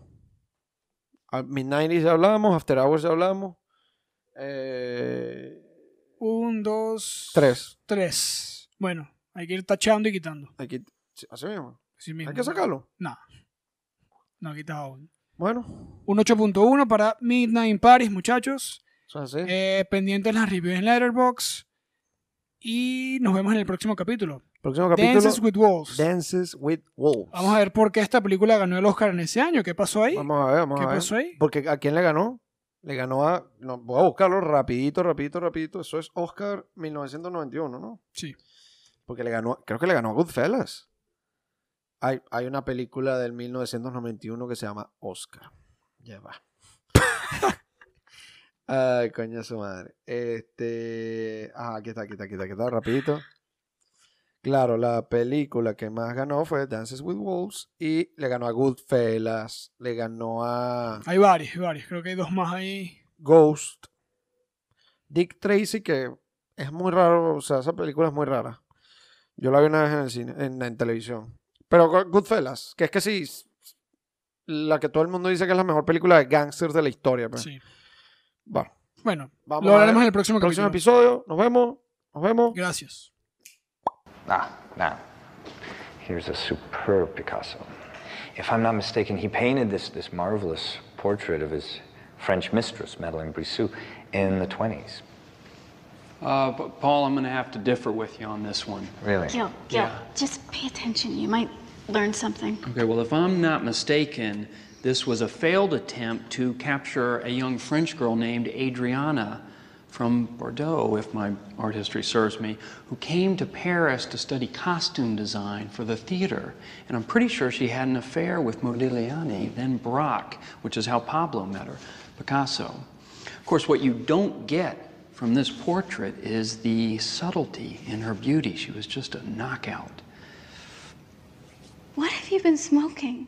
[SPEAKER 1] A Midnight ya hablamos, After Hours ya hablamos. Eh,
[SPEAKER 2] Un, dos,
[SPEAKER 1] tres.
[SPEAKER 2] tres. Bueno, hay que ir tachando y quitando.
[SPEAKER 1] Aquí, sí, así mismo.
[SPEAKER 2] Así
[SPEAKER 1] Hay
[SPEAKER 2] mismo.
[SPEAKER 1] que sacarlo.
[SPEAKER 2] No. No quitas aún.
[SPEAKER 1] Bueno,
[SPEAKER 2] Un 8.1 para Midnight in Paris, muchachos.
[SPEAKER 1] eso es así.
[SPEAKER 2] Eh, pendientes las reviews en Letterboxd. Y nos vemos en el próximo capítulo.
[SPEAKER 1] Próximo capítulo.
[SPEAKER 2] Dances with Wolves.
[SPEAKER 1] Dances with Wolves.
[SPEAKER 2] Vamos a ver por qué esta película ganó el Oscar en ese año. ¿Qué pasó ahí?
[SPEAKER 1] Vamos a ver, vamos
[SPEAKER 2] ¿Qué
[SPEAKER 1] a ver.
[SPEAKER 2] pasó ahí?
[SPEAKER 1] Porque ¿a quién le ganó? Le ganó a... no, voy a buscarlo rapidito, rapidito, rapidito. Eso es Oscar 1991, ¿no?
[SPEAKER 2] Sí.
[SPEAKER 1] Porque le ganó... Creo que le ganó a Goodfellas. Hay, hay una película del 1991 que se llama Oscar. Ya va. Ay, coño de su madre. Este... Ah, aquí está, aquí está, aquí está, aquí está, rapidito. Claro, la película que más ganó fue Dances with Wolves y le ganó a Goodfellas, le ganó a...
[SPEAKER 2] Hay varios, hay varios. Creo que hay dos más ahí.
[SPEAKER 1] Ghost, Dick Tracy, que es muy raro, o sea, esa película es muy rara. Yo la vi una vez en el cine, en, en televisión. Pero Go- Goodfellas, que es que sí, s- la que todo el mundo dice que es la mejor película de gangsters de la historia. pues.
[SPEAKER 2] Sí.
[SPEAKER 1] Bueno,
[SPEAKER 2] Bueno,
[SPEAKER 1] vamos
[SPEAKER 2] lo
[SPEAKER 1] a
[SPEAKER 2] hablaremos en
[SPEAKER 1] ver.
[SPEAKER 2] el próximo,
[SPEAKER 1] próximo
[SPEAKER 2] capítulo.
[SPEAKER 1] episodio, nos vemos, nos vemos.
[SPEAKER 2] Gracias.
[SPEAKER 3] Ah, now, here's a superb Picasso. If I'm not mistaken, he painted this, this marvelous portrait of his French mistress, Madeleine Brissou, in the 20s.
[SPEAKER 4] Uh, but Paul, I'm going to have to differ with you on this one.
[SPEAKER 3] Really?
[SPEAKER 5] Gil, Gil,
[SPEAKER 4] Yeah.
[SPEAKER 5] just pay attention. You might learn something.
[SPEAKER 4] Okay, well, if I'm not mistaken, this was a failed attempt to capture a young French girl named Adriana from Bordeaux, if my art history serves me, who came to Paris to study costume design for the theater. And I'm pretty sure she had an affair with Modigliani, then Brock, which is how Pablo met her, Picasso. Of course, what you don't get from this portrait is the subtlety in her beauty. She was just a knockout.
[SPEAKER 5] What have you been smoking?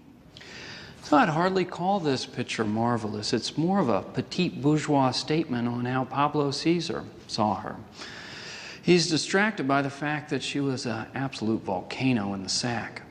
[SPEAKER 4] So I'd hardly call this picture marvelous. It's more of a petite bourgeois statement on how Pablo Caesar saw her. He's distracted by the fact that she was an absolute volcano in the sack.